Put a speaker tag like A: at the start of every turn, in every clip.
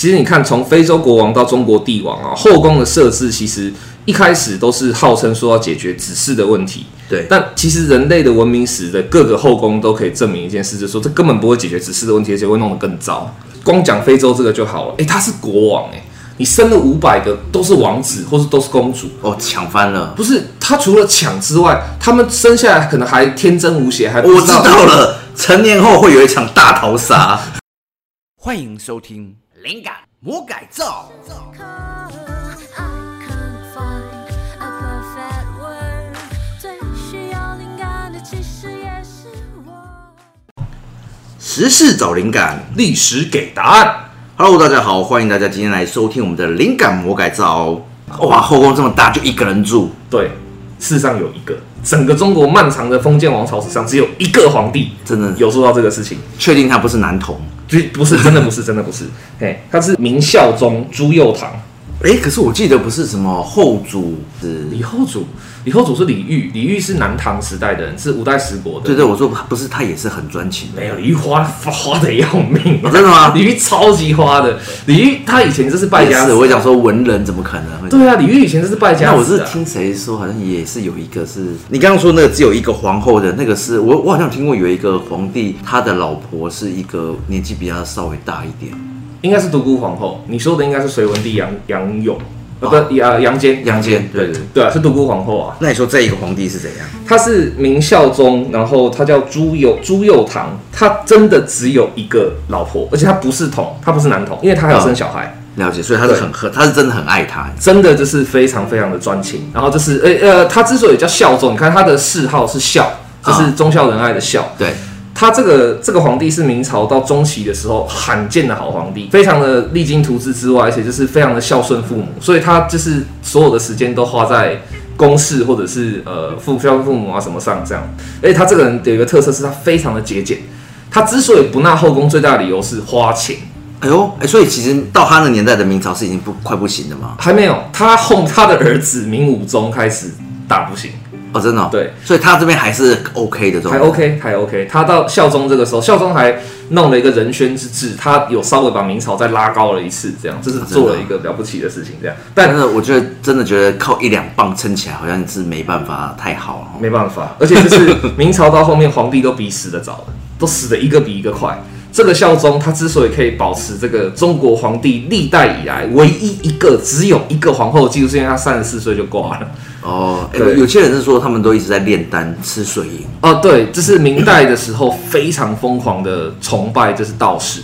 A: 其实你看，从非洲国王到中国帝王啊，后宫的设置其实一开始都是号称说要解决子嗣的问题，
B: 对
A: 但其实人类的文明史的各个后宫都可以证明一件事，就是说这根本不会解决子嗣的问题，而且会弄得更糟。光讲非洲这个就好了，诶，他是国王、诶，你生了五百个都是王子，或是都是公主，
B: 哦，抢翻了，
A: 不是他除了抢之外，他们生下来可能还天真无邪，还不
B: 我知道了，成年后会有一场大逃杀。欢迎收听《灵感魔改造》，
C: I can't find a perfect word，最需要灵感的其实也是我。
B: 时事找灵感。
A: 历史给答案。
B: Hello，大家好，欢迎大家今天来收听我们的《灵感魔改造》。哇，后宫这么大，就一个人住，
A: 对，世上有一个，整个中国漫长的封建王朝史上只有一个皇帝
B: 真的
A: 有做到这个事情，
B: 确定他不是男童？
A: 就不是真的不是 真的不是，嘿，他是明孝宗朱佑樘，
B: 哎，可是我记得不是什么后主是。
A: 李后主，李后主是李煜，李煜是南唐时代的人，是五代十国的。
B: 对对，我说不是，他也是很专情的。
A: 没有，李煜花花的要命、
B: 哦真的吗
A: 李煜超级花的，李煜他以前就是败
B: 也
A: 家
B: 是，
A: 子，啊
B: 我会讲说文人怎么可能会？
A: 对啊，李煜以前就是败家
B: 那
A: 子、啊。
B: 我是听谁说，好像也是有一个是你刚刚说那个只有一个皇后的那个是我我好像听过有一个皇帝，他的老婆是一个年纪比他稍微大一点，
A: 应该是独孤皇后，你说的应该是隋文帝杨杨勇，呃、不，杨杨坚，
B: 杨坚，对对对。
A: 对啊，是独孤皇后啊。
B: 那你说这一个皇帝是怎样？
A: 他是明孝宗，然后他叫朱佑朱佑樘，他真的只有一个老婆，而且他不是童，他不是男童，因为他还有生小孩。
B: 了解，所以他是很很，他是真的很爱他。
A: 真的就是非常非常的专情。然后就是，呃、呃，他之所以叫孝宗，你看他的谥号是孝，就是忠孝仁爱的孝。
B: 对，
A: 他这个这个皇帝是明朝到中期的时候罕见的好皇帝，非常的励精图治之外，而且就是非常的孝顺父母，所以他就是所有的时间都花在公事或者是呃父孝顺父母啊什么上这样。而且他这个人有一个特色是他非常的节俭，他之所以不纳后宫，最大的理由是花钱。
B: 哎呦，哎，所以其实到他那年代的明朝是已经不快不行了嘛？
A: 还没有，他哄他的儿子明武宗开始大不行。
B: 哦，真的、哦。
A: 对，
B: 所以他这边还是 OK 的状
A: 还
B: 态。
A: OK，还 OK。他到孝宗这个时候，孝宗还弄了一个人宣之治，他有稍微把明朝再拉高了一次，这样这是做了一个了不起的事情，这样。
B: 但
A: 但
B: 是我觉得真的觉得靠一两棒撑起来好像是没办法太好了哦。
A: 没办法，而且就是明朝到后面，皇帝都比死的早了，都死的一个比一个快。这个孝宗他之所以可以保持这个中国皇帝历代以来唯一一个只有一个皇后的记录，是因为他三十四岁就挂了。
B: 哦，哎
A: 对
B: 有些人是说他们都一直在炼丹吃水银。
A: 哦，对，这是明代的时候非常疯狂的崇拜，就是道士，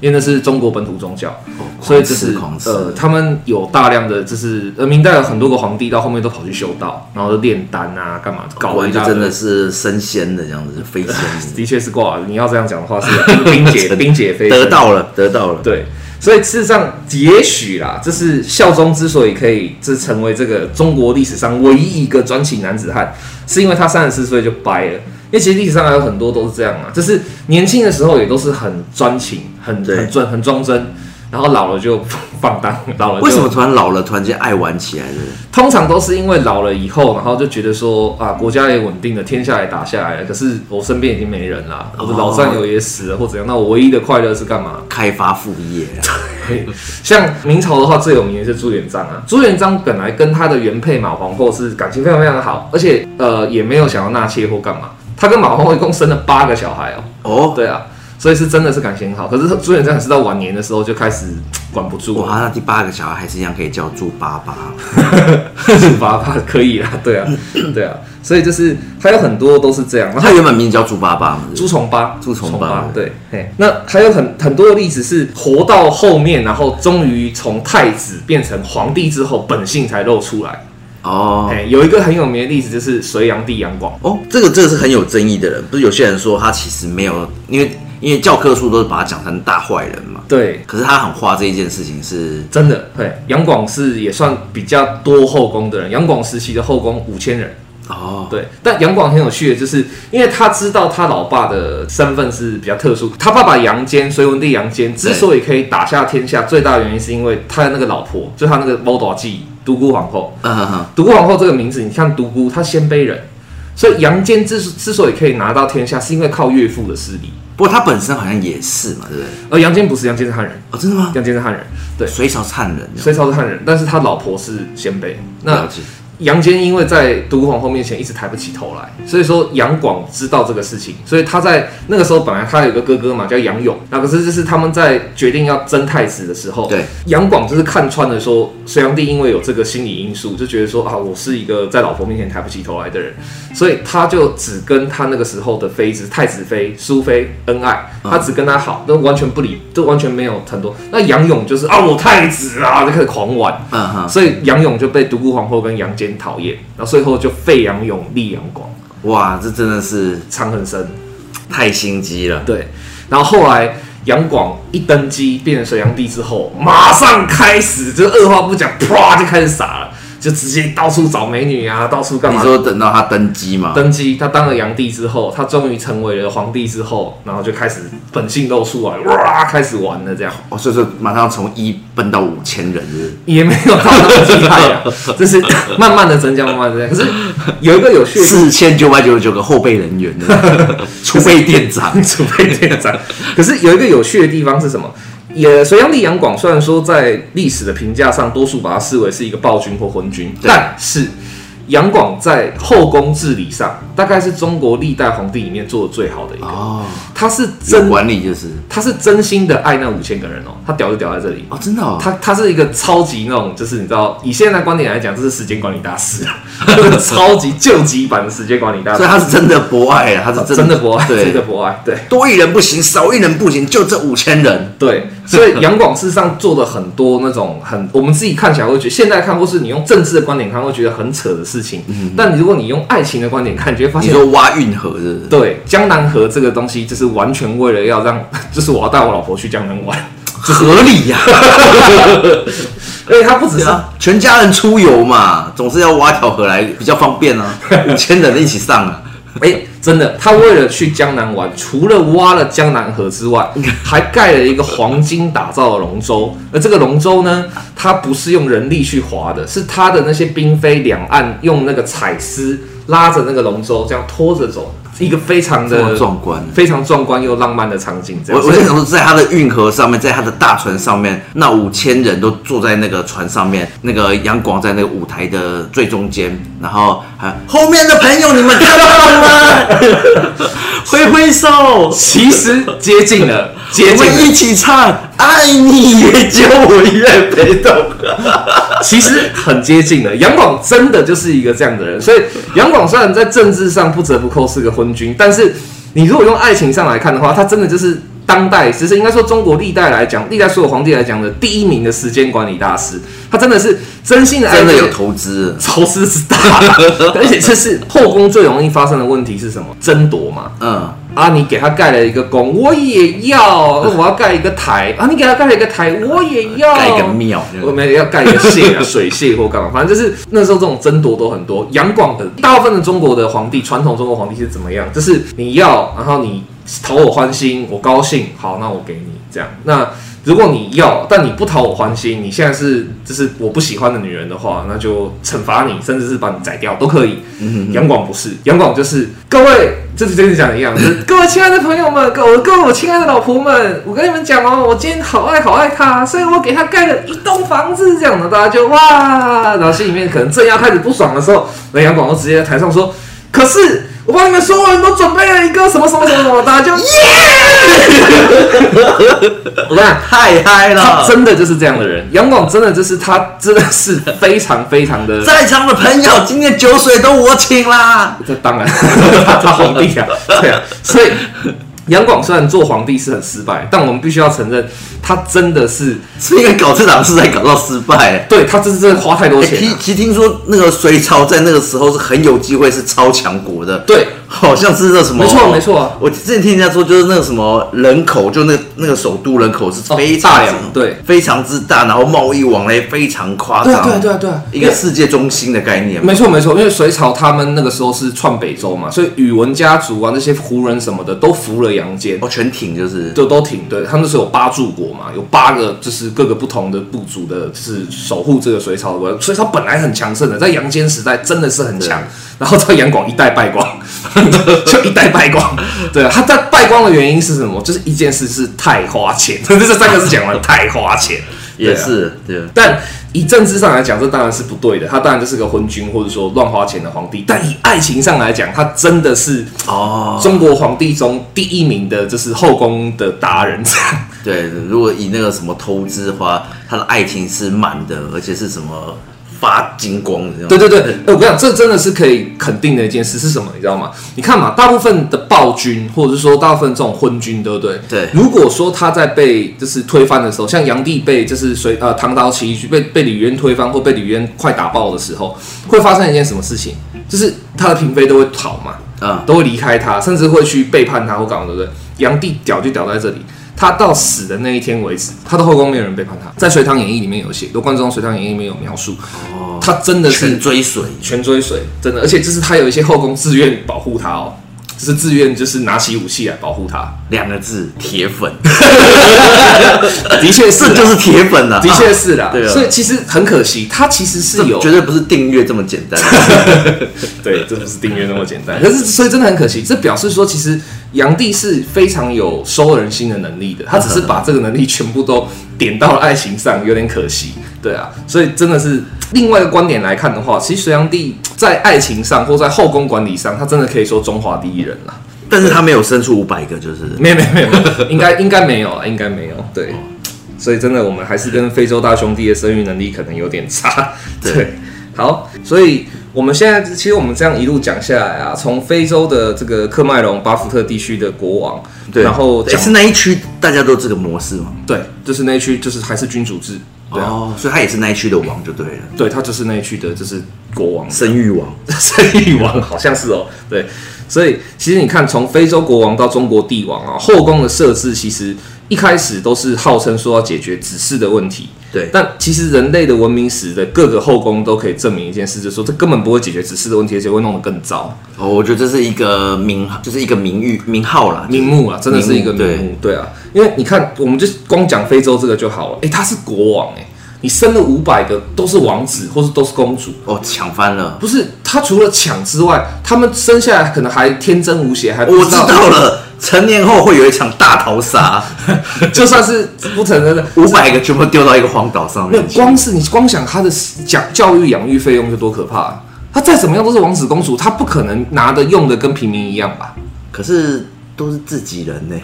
A: 因为那是中国本土宗教，所以就是
B: 狂吃
A: 呃，他们有大量的就是呃，明代有很多个皇帝到后面都跑去修道，然后就炼丹啊，干嘛搞
B: 果
A: 了一
B: 然就
A: 大堆
B: 真的是升仙的这样子，飞仙
A: 的确是挂了。你要这样讲的话，是啊冰解冰解飞
B: 得到了，得到了。
A: 对，所以事实上，也许啦，这是孝宗之所以可以这成为这个中国历史上唯一一个专情男子汉，是因为他三十四岁就掰了。因为其实历史上还有很多都是这样啊，就是年轻的时候也都是很专情、很
B: 对
A: 很专、很忠贞，然后老了就放荡，老了就
B: 为什么突然老了，突然间爱玩起来了？
A: 通常都是因为老了以后，然后就觉得说啊，国家也稳定了，天下也打下来了，可是我身边已经没人啦，我的老战友也死了或怎样，那我唯一的快乐是干嘛？
B: 开发副业啊，
A: 像明朝的话，最有名的是朱元璋啊。朱元璋本来跟他的原配马皇后是感情非常非常的好，而且呃也没有想要纳妾或干嘛。他跟马皇后一共生了八个小孩哦。
B: 哦，
A: 对啊，所以是真的是感情很好。可是朱元璋也是到晚年的时候就开始管不住了，
B: 哇，那第八个小孩还是一样可以叫猪爸爸。
A: 处罚他可以啊，对啊，对啊。所以就是还有很多都是这样。然后
B: 他原本名叫猪爸爸嘛，
A: 朱重八，
B: 朱重八
A: 对，嘿，那还有很很多的例子是活到后面，然后终于从太子变成皇帝之后，本性才露出来。
B: 哦
A: 哎、有一个很有名的例子就是隋炀帝杨广，
B: 哦，这个这个是很有争议的人，不是有些人说他其实没有，因为因为教科书都是把他讲成大坏人嘛，
A: 对，
B: 可是他很花这一件事情是
A: 真的，对，杨广是也算比较多后宫的人，杨广时期的后宫五千人，
B: 哦，
A: 对，但杨广很有趣的，就是因为他知道他老爸的身份是比较特殊，他爸爸杨坚，隋文帝杨坚之所以可以打下天下，最大的原因是因为他的那个老婆，就他那个猫爪记独孤皇后，
B: 嗯哼哼，
A: 独孤皇后这个名字，你看独孤，她鲜卑人，所以杨坚之之所以可以拿到天下，是因为靠岳父的势力。
B: 不过他本身好像也是嘛，对不对？
A: 而杨坚不是，杨坚是汉人，
B: 哦，真的吗？
A: 杨坚是汉人，对，
B: 隋朝汉人，
A: 隋朝是汉人，但是他老婆是鲜卑。那
B: 了解
A: 杨坚因为在独孤皇后面前一直抬不起头来，所以说杨广知道这个事情，所以他在那个时候本来他有个哥哥嘛叫杨勇，那可是就是他们在决定要争太子的时候，
B: 对
A: 杨广就是看穿了说隋炀帝因为有这个心理因素，就觉得说啊我是一个在老婆面前抬不起头来的人，所以他就只跟他那个时候的妃子太子妃淑妃恩爱，他只跟她好，都完全不理，都完全没有很多。那杨勇就是啊我太子啊就开始狂玩，
B: 嗯哼，
A: 啊所以杨勇就被独孤皇后跟杨坚讨厌，然后最后就废杨勇立杨广，
B: 哇，这真的是
A: 藏很深。
B: 太心机了。
A: 对，然后后来杨广一登基变成隋炀帝之后，马上开始就二话不讲，啪就开始傻了，就直接到处找美女啊，到处干
B: 你
A: 嘛。
B: 说等到他登基嘛？
A: 登基，他当了炀帝之后，他终于成为了皇帝之后，然后就开始本性露出来，哇，开始玩了这样。
B: 哦，所以说马上从一奔到五千人，是
A: 也没有到那么厉害 啊，就是慢慢的增加，慢慢的增加。可是有一个有趣的地方
B: 四千九百九十九个后备人 员呢，储备 店长。
A: 储备店长。可是有一个有趣的地方是什么？也隋炀帝杨广虽然说在历史的评价上，多数把他视为是一个暴君或昏君，
B: 对
A: 但是杨广在后宫治理上，大概是中国历代皇帝里面做的最好的一个。
B: 哦，
A: 他是
B: 有
A: 真，
B: 管理就是
A: 他是真心的爱那五千个人哦，他屌就屌在这里。
B: 哦，真的哦，
A: 他他是一个超级那种，就是你知道，以现在观点来讲，这是时间管理大师， 就是超级救急版的时间管理大师
B: 所以，他是真的博爱啊，他是
A: 哦真的博爱，真的
B: 对，
A: 博爱，对。
B: 多一人不行，少一人不行，就这五千人。
A: 对，所以杨广事实上做了很多那种很我们自己看起来会觉得，现在看或是你用政治的观点看会觉得很扯的事情，但如果你用爱情的观点看，你就会发
B: 嗯你
A: 现。
B: 说挖运河是不是？
A: 对江南河这个东西，就是完全为了要让， 就是我要带我老婆去江南玩，
B: 合理 呀、
A: 而且它哎不只是
B: 对啊，全家人出游嘛，总是要挖条河来比较方便啊， 五千人一起上啊，
A: 哎、真的，他为了去江南玩，除了挖了江南河之 外，还盖了一个黄金打造的龙舟。而这个龙舟呢，它不是用人力去划的，是他的那些兵妃两岸用那个彩丝拉着那个龙舟，这样拖着走，一个非常
B: 这么
A: 的
B: 壮观。
A: 非常壮观又浪漫的场景。这
B: 我
A: 样，
B: 我
A: 啊所以
B: 在想说，在他的运河上面，在他的大船上面，那五千人都坐在那个船上面，那个杨广在那个舞台的最中间，然后还后面的朋友你们看到了吗？ 挥挥手，
A: 其实接近了，接
B: 我
A: 近
B: 们
A: 了。
B: 一起唱《爱你越久我越被动》。
A: 其实很接近的。杨广真的就是一个这样的人，所以杨广虽然在政治上不折不扣是个昏君，但是你如果用爱情上来看的话，他真的就是当代，其实应该说中国历代来讲，历代所有皇帝来讲的第一名的时间管理大师，他真的是真心的爱，
B: 真的有投资，
A: 愁思之大，而且这是后宫最容易发生的问题是什么？争夺嘛。
B: 嗯，
A: 啊，你给他盖了一个宫，我也要；我要盖一个台啊，你给他盖了一个台，我也要。
B: 盖一个庙，
A: 我们要盖一个蟹啊， 水蟹或干嘛，反正就是那时候这种争夺都很多。杨广的大部分的中国的皇帝，传统中国皇帝是怎么样？就是你要，然后你讨我欢心，我高兴，好，那我给你这样。那如果你要，但你不讨我欢心，你现在是就是我不喜欢的女人的话，那就惩罚你，甚至是把你宰掉都可以。杨广不是，杨广就是各位，就是跟你讲的 一样，就是各位亲爱的朋友们，各我各位我亲爱的老婆们，我跟你们讲哦，我今天好爱好爱她，所以我给她盖了一栋房子，这样的大家就哇，然后心里面可能正要开始不爽的时候，那杨广就直接在台上说，可是我帮你们所有人都准备了一个什么什么什么什么，大家就耶， 我跟你讲。
B: 太
A: 他
B: 嗨了！
A: 真的就是这样的 人，杨广真的就是他，真的是非常非常的
B: 在场的朋友，今天酒水都我请啦。
A: 这当 然，他他皇帝啊，对啊，所以杨广虽然做皇帝是很失败，但我们必须要承认，他真的是
B: 是因为搞这档事才搞到失败。
A: 对他真是真的花太多
B: 欸
A: 钱啊
B: 其
A: 了、
B: 其实听说那个隋朝在那个时候是很有机会是超强国的，
A: 对，
B: 好像是那什么，
A: 没错没错啊
B: 我之前听人家说，就是那个什么人口，就那个那个首都人口是非
A: 哦
B: 常
A: 大
B: 之、
A: 量对
B: 非常之大，然后贸易往来非常夸
A: 对
B: 张
A: 啊，对啊对啊对啊，
B: 一个世界中心的概念嘛。
A: 没错没错，因为隋朝他们那个时候是篡北周嘛，所以宇文家族啊那些胡人什么的都服了杨坚。
B: 哦，全挺就是
A: 就都挺对，他们那时候有八柱国嘛，有八个就是各个不同的部族的，就是守护这个隋朝的国。隋朝本来很强盛的，在杨坚时代真的是很强，然后到杨广一代败光， 就一代败光。对啊，他他败光的原因是什么？就是一件事是太花钱， 这这三个字讲完太花钱，
B: 也
A: 对啊
B: 是对。
A: 但以政治上来讲，这当然是不对的，他当然就是个昏君或者说乱花钱的皇帝。但以爱情上来讲，他真的是
B: 哦，
A: 中国皇帝中第一名的，就是后宫的达人这样。
B: 对，如果以那个什么投资的话，他的爱情是满的，而且是什么发金光的 那种。
A: 对对对，呃我跟你讲，这真的是可以肯定的一件事是什么？你知道吗？你看嘛，大部分的暴君，或者是说大部分这种昏君，对不对？
B: 对
A: 如果说他在被就是推翻的时候，像炀帝被就是隋呃唐朝起义被被李渊推翻或被李渊快打爆的时候，会发生一件什么事情？就是他的嫔妃都会逃嘛，
B: 啊、
A: 都会离开他，甚至会去背叛他或干嘛，对不对？炀帝屌就屌在这里，他到死的那一天为止，他的后宫没有人背叛他，在《隋唐演义》里面有写，罗贯中《隋唐演义》里面有描述，
B: 哦
A: 他真的是
B: 全追随。
A: 全追随，真的，而且就是他有一些后宫自愿保护他哦，就是自愿就是拿起武器来保护他，
B: 两个字，铁粉，
A: 的确是啦，
B: 这就是铁粉了、啊，
A: 的确是啦
B: 对，啊
A: 所以其实很可惜，他其实是有
B: 这绝对不是订阅这么简 单。
A: 对，这不是订阅那么简单。可是，所以真的很可惜，这表示说，其实炀帝是非常有收人心的能力的，他只是把这个能力全部都点到了爱情上，有点可惜。对啊，所以真的是另外一个观点来看的话，其实隋炀帝在爱情上或在后宫管理上，他真的可以说中华第一人啦。
B: 但是他没有生出五百个，就是
A: 没有没有没有，应该应该没有啊，应该没有。
B: 哦
A: 对，所以真的我们还是跟非洲大兄弟的生育能力可能有点差。
B: 对
A: 对，好，所以我们现在其实我们这样一路讲下来啊，从非洲的这个喀麦隆巴福特地区的国王，
B: 对。
A: 然后哎
B: 诶
A: 讲
B: 是那一区大家都这个模式嘛？
A: 对，就是那一区就是还是君主制，对啊，
B: 哦，所以他也是那一区的王就对了，
A: 对他就是那一区的就是国王。
B: 生育王。
A: 生意王好像是哦，对，所以其实你看，从非洲国王到中国帝王啊，后宫的设置其实一开始都是号称说要解决子嗣的问题，
B: 对
A: 但其实人类的文明史的各个后宫都可以证明一件事，就是说这根本不会解决子嗣的问题，而且会弄得更糟，
B: 哦，我觉得这是一个名，就是一个名誉名号啦，
A: 名目啊，真的是一个名
B: 名目
A: 目，对啊，因为你看，我们就光讲非洲这个就好了，诶，他是国王、诶，你生了五百个都是王子，或是都是公主，
B: 哦，抢翻了。
A: 不是他除了抢之外，他们生下来可能还天真无邪，还不
B: 我知道了，成年后会有一场大 逃杀，
A: 就算是不承认的，
B: 五百个全部丢到一个荒岛上
A: 没有
B: 面去。
A: 光是你光想他的讲教育养育费用就多可怕、他再怎么样都是王子公主，他不可能拿的用的跟平民一样吧？
B: 可是都是自己人呢、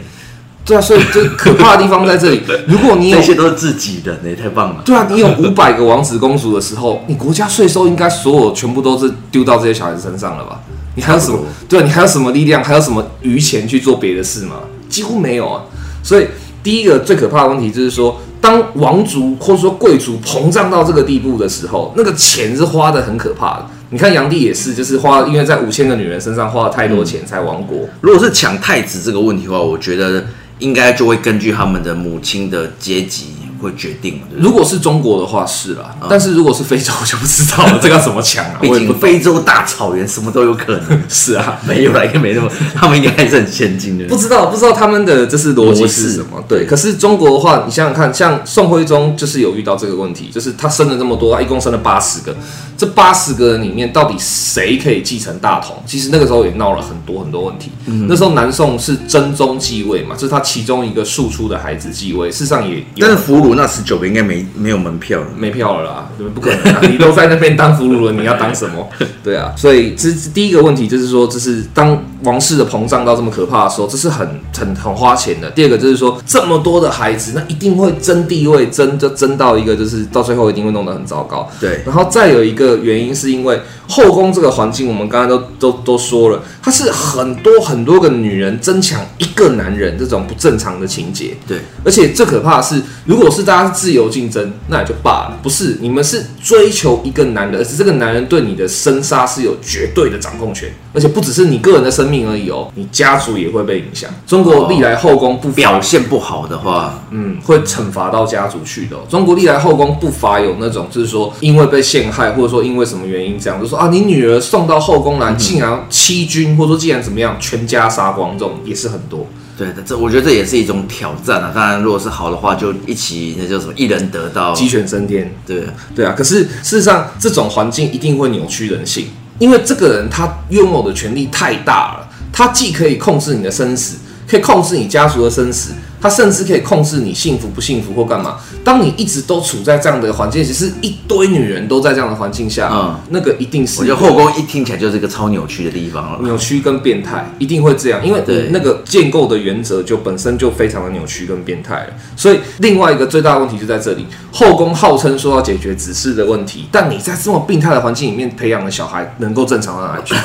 A: 对啊，所以这可怕的地方在这里。如果你有
B: 这些都是自己人呢、太棒了。
A: 对啊，你有五百个王子公主的时候，你国家税收应该所有全部都是丢到这些小孩子身上了吧？你还有什么
B: 差不多？
A: 对啊、你还有什么力量？还有什么余钱去做别的事吗？几乎没有啊。所以第一个最可怕的问题就是说，当王族或者说贵族膨胀到这个地步的时候，那个钱是花的很可怕的。你看炀帝也是，就是花，因为在五千个女人身上花了太多钱才亡国。
B: 如果是抢太子这个问题的话，我觉得应该就会根据他们的母亲的阶级会决定嘛，对不对？
A: 如果是中国的话是啦，但是如果是非洲我就不知道了，这个要怎么抢啊？
B: 嗯毕
A: 我也不，
B: 竟非洲大草原什么都有可能
A: 是啊，
B: 没有啦，应该没那么，他们应该还是很先进的。
A: 不知道不知道他们的就是逻辑
B: 模
A: 是
B: 式
A: 什么？对，可是中国的话，你想想看，像宋徽宗就是有遇到这个问题，就是他生了这么多，他一共生了八十个，这八十个人里面到底谁可以继承大统？其实那个时候也闹了很多很多问题。
B: 嗯
A: 那时候南宋是真宗继位嘛，就是他其中一个庶出的孩子继位，事实上也有
B: 但是俘虏那十九个应该没没有门票了。
A: 没票了啦，对不可能、啊，你都在那边当俘虏了，你要当什么？对啊，所以这这第一个问题就是说，这是当王室的膨胀到这么可怕的时候，这是很很很花钱的。第二个就是说，这么多的孩子，那一定会争地位，争就争到一个就是到最后一定会弄得很糟糕。
B: 对
A: 然后再有一个原因是因为后宫这个环境，我们刚才都都都说了，它是很多很多个女人争抢一个男人这种不正常的情节。
B: 对，
A: 而且最可怕的是，如果是大家是自由竞争，那也就罢了。不是，你们是追求一个男人，而是这个男人对你的生杀是有绝对的掌控权，而且不只是你个人的生命而已哦，你家族也会被影响。中国历来后宫不
B: 表
A: 表
B: 现不好的话，
A: 嗯，会惩罚到家族去的哦、中国历来后宫不乏有那种，就是说因为被陷害，或者说因为什么原因这样，就说啊，你女儿送到后宫来，竟然欺君，或者说竟然怎么样，全家杀光，这种也是很多。
B: 对的，这我觉得这也是一种挑战啊。当然，如果是好的话，就一起那叫什么，一人得道。
A: 鸡犬升天，
B: 对，
A: 对啊，可是事实上，这种环境一定会扭曲人性，因为这个人他拥有的权力太大了，它既可以控制你的生死，可以控制你家族的生死，它甚至可以控制你幸福不幸福或干嘛。当你一直都处在这样的环境，其实一堆女人都在这样的环境下，
B: 嗯
A: 那个一定是
B: 我觉得后宫一听起来就是一个超扭曲的地方了。
A: 扭曲跟变态，一定会这样，因为
B: 对
A: 你那个建构的原则就本身就非常的扭曲跟变态了。所以另外一个最大的问题就在这里，后宫号称说要解决子嗣的问题，但你在这么病态的环境里面培养的小孩，能够正常到 哪里去？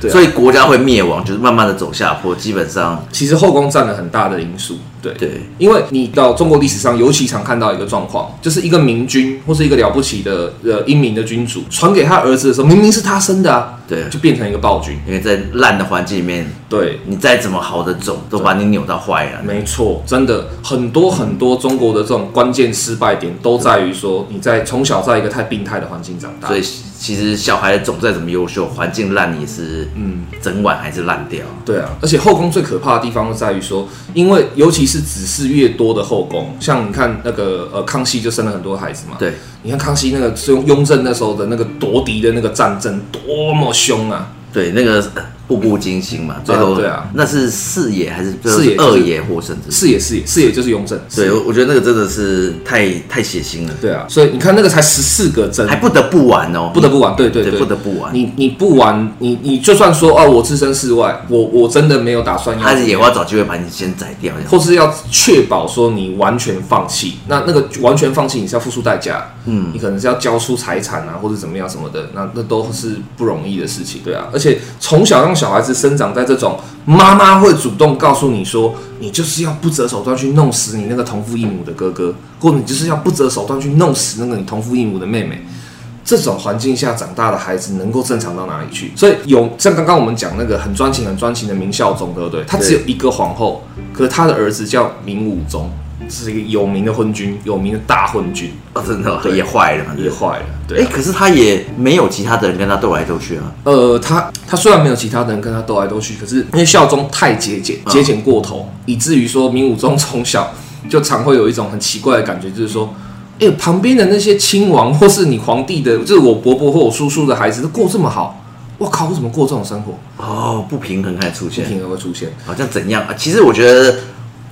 A: 对啊
B: 所以国家会灭亡，就是慢慢的走下坡。基本上，
A: 其实后宫占了很大的因素，对。
B: 对，
A: 因为你到中国历史上尤其常看到一个状况，就是一个明君或是一个了不起的呃英明的君主传给他儿子的时候，明明是他生的啊，
B: 对
A: 就变成一个暴君。
B: 因为在烂的环境里面，
A: 对，
B: 你再怎么好的走，都把你扭到坏了。
A: 没错，真的很多很多中国的这种关键失败点都在于说你在从小在一个太病态的环境长大，
B: 所以其实小孩的种再怎么优秀，环境烂也是，嗯，整晚还是烂掉。
A: 对啊，而且后宫最可怕的地方就在于说，因为尤其是子嗣越多的后宫，像你看那个呃康熙就生了很多孩子嘛，
B: 对，
A: 你看康熙那个是用雍正那时候的那个夺嫡的那个战争多么凶啊，
B: 对，那个呃步步惊心嘛，最后、
A: 对啊
B: 那是四爷还是
A: 四爷就是
B: 二爷获胜之？
A: 是也是也是也就是雍正，
B: 对，我我觉得那个真的是太太血腥了，
A: 对啊，所以你看那个才十四个针
B: 还。不得不玩哦，
A: 不得不玩，对对
B: 对
A: 对，
B: 不得不玩
A: 你你不玩，你你就算说哦，我置身事外，我我真的没有打算要，
B: 他也要找机会把你先宰掉，这样
A: 或是要确保说你完全放弃。那那个完全放弃，你是要付出代价，嗯，你可能是要交出财产啊，或者怎么样什么的，那那都是不容易的事情，对啊。而且从小让小孩子生长在这种妈妈会主动告诉你说，你就是要不择手段去弄死你那个同父异母的哥哥，或者你就是要不择手段去弄死那个你同父异母的妹妹。这种环境下长大的孩子能够正常到哪里去？所以有像刚刚我们讲那个很专情、很专情的明孝宗，对不对？他只有一个皇后，可是他的儿子叫明武宗，是一个有名的昏君，有名的大昏君，
B: 哦，真的哦
A: 对
B: 也坏了嘛，
A: 也坏了。对
B: 哎、
A: 啊、
B: 可是他也没有其他的人跟他斗来斗去啊，
A: 呃，他他虽然没有其他的人跟他斗来斗去，可是因为孝宗太节俭，节俭过头，以至于说明武宗从小就常会有一种很奇怪的感觉，就是说。哎、旁边的那些亲王或是你皇帝的，就是我伯伯或我叔叔的孩子，都过这么好，我靠，我怎么过这种生活？
B: 哦，不平衡开始出
A: 不
B: 现，
A: 停的会出现。
B: 好像怎样啊？其实我觉得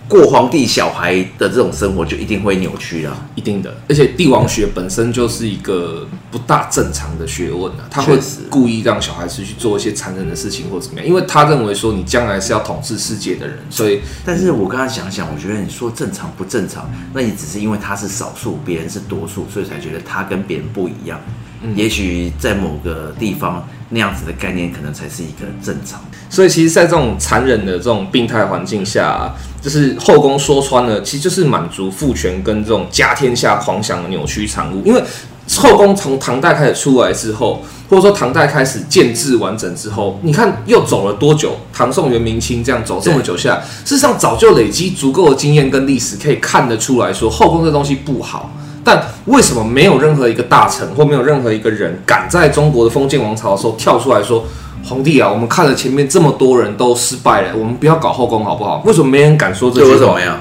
B: 过皇帝小孩的这种生活就一定会扭曲啊啦，
A: 一定的，而且帝王学本身就是一个不大正常的学问啊，他会
B: 确实
A: 故意让小孩子去做一些残忍的事情或怎么样，因为他认为说你将来是要统治世界的人，所以
B: 但是我刚刚想想，我觉得你说正常不正常，那也只是因为他是少数，别人是多数，所以才觉得他跟别人不一样。也许在某个地方那样子的概念，可能才是一个正常。
A: 所以其实，在这种残忍的这种病态环境下、啊，就是后宫说穿了，其实就是满足父权跟这种家天下狂想的扭曲产物。因为后宫从唐代开始出来之后，或者说唐代开始建制完整之后，你看又走了多久？唐宋元明清这样走这么久下来，事实上早就累积足够的经验跟历史，可以看得出来说后宫这东西不好。但为什么没有任何一个大臣或没有任何一个人敢在中国的封建王朝的时候跳出来说：“皇帝啊，我们看了前面这么多人都失败了，我们不要搞后宫好不好？”为什么没人敢说这
B: 对，为
A: 些
B: 什
A: 话
B: 么？呀？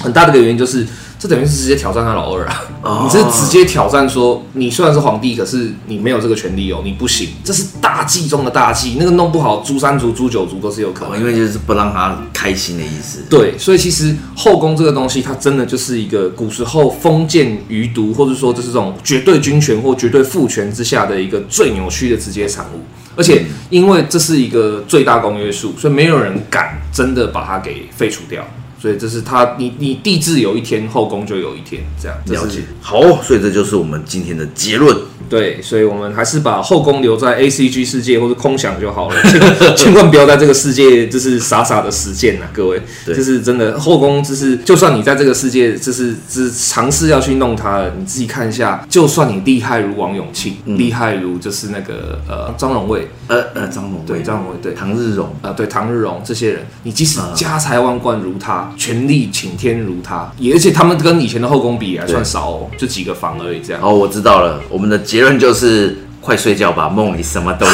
A: 很大的一个原因就是，这等于是直接挑战他老二啊！
B: 哦
A: 你这是直接挑战说，你虽然是皇帝，可是你没有这个权利哦，你不行，这是大忌中的大忌。那个弄不好，诛三族、诛九族都是有可能
B: 哦，。因为就是不让他开心的意思。
A: 对，所以其实后宫这个东西，它真的就是一个古时候封建余毒，或者说就是这种绝对军权或绝对父权之下的一个最扭曲的直接产物。而且
B: 嗯
A: 因为这是一个最大公约数，所以没有人敢真的把它给废除掉。所以这是它，你你帝制有一天，后宫就有一天，这样这是
B: 了解。好，所以这就是我们今天的结论。
A: 对，所以我们还是把后宫留在 A C G 世界或者空想就好了，千千万不要在这个世界就是傻傻的实践呐、啊各位。
B: 对
A: 就是真的后宫，就是就算你在这个世界，就是就是尝试要去弄它了，你自己看一下，就算你厉害如王永庆，厉害如就是那个呃张荣卫，
B: 呃呃，张荣
A: 对
B: 伟、
A: 张荣卫对。
B: 唐日荣，
A: 呃，对唐日荣这些人，你即使家财万贯如他，权力请天如他，也而且他们跟以前的后宫比还算少哦，就几个房而已这样。
B: 好，我知道了。我们的结论就是快睡觉吧，梦里什么都有。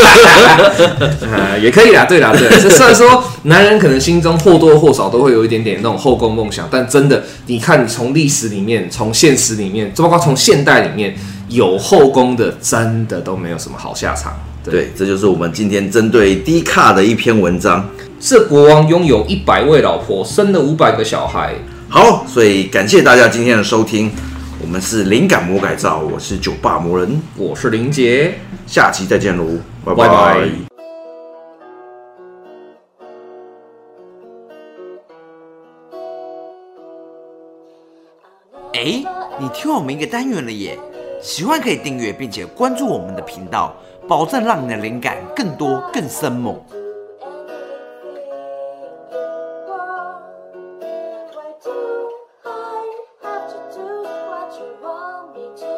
A: 呃，也可以啦，对啦，对啦。虽然说男人可能心中或多或少都会有一点点那种后宫梦想，但真的，你看从历史里面、从现实里面，包括从现代里面，有后宫的真的都没有什么好下场。
B: 对，这就是我们今天针对低卡的一篇文章。
A: 这国王拥有一百位老婆，生了五百个小孩。
B: 好，所以感谢大家今天的收听，我们是灵感魔改造，我是酒吧魔人，
A: 我是林杰。
B: 下期再见喽，
A: 拜
B: 拜
A: 拜
B: 拜
D: 哎，你听我们一个单元了耶！喜欢可以订阅并且关注我们的频道，保证让你的灵感更多更生猛。
C: Why do I have to do what you want me to?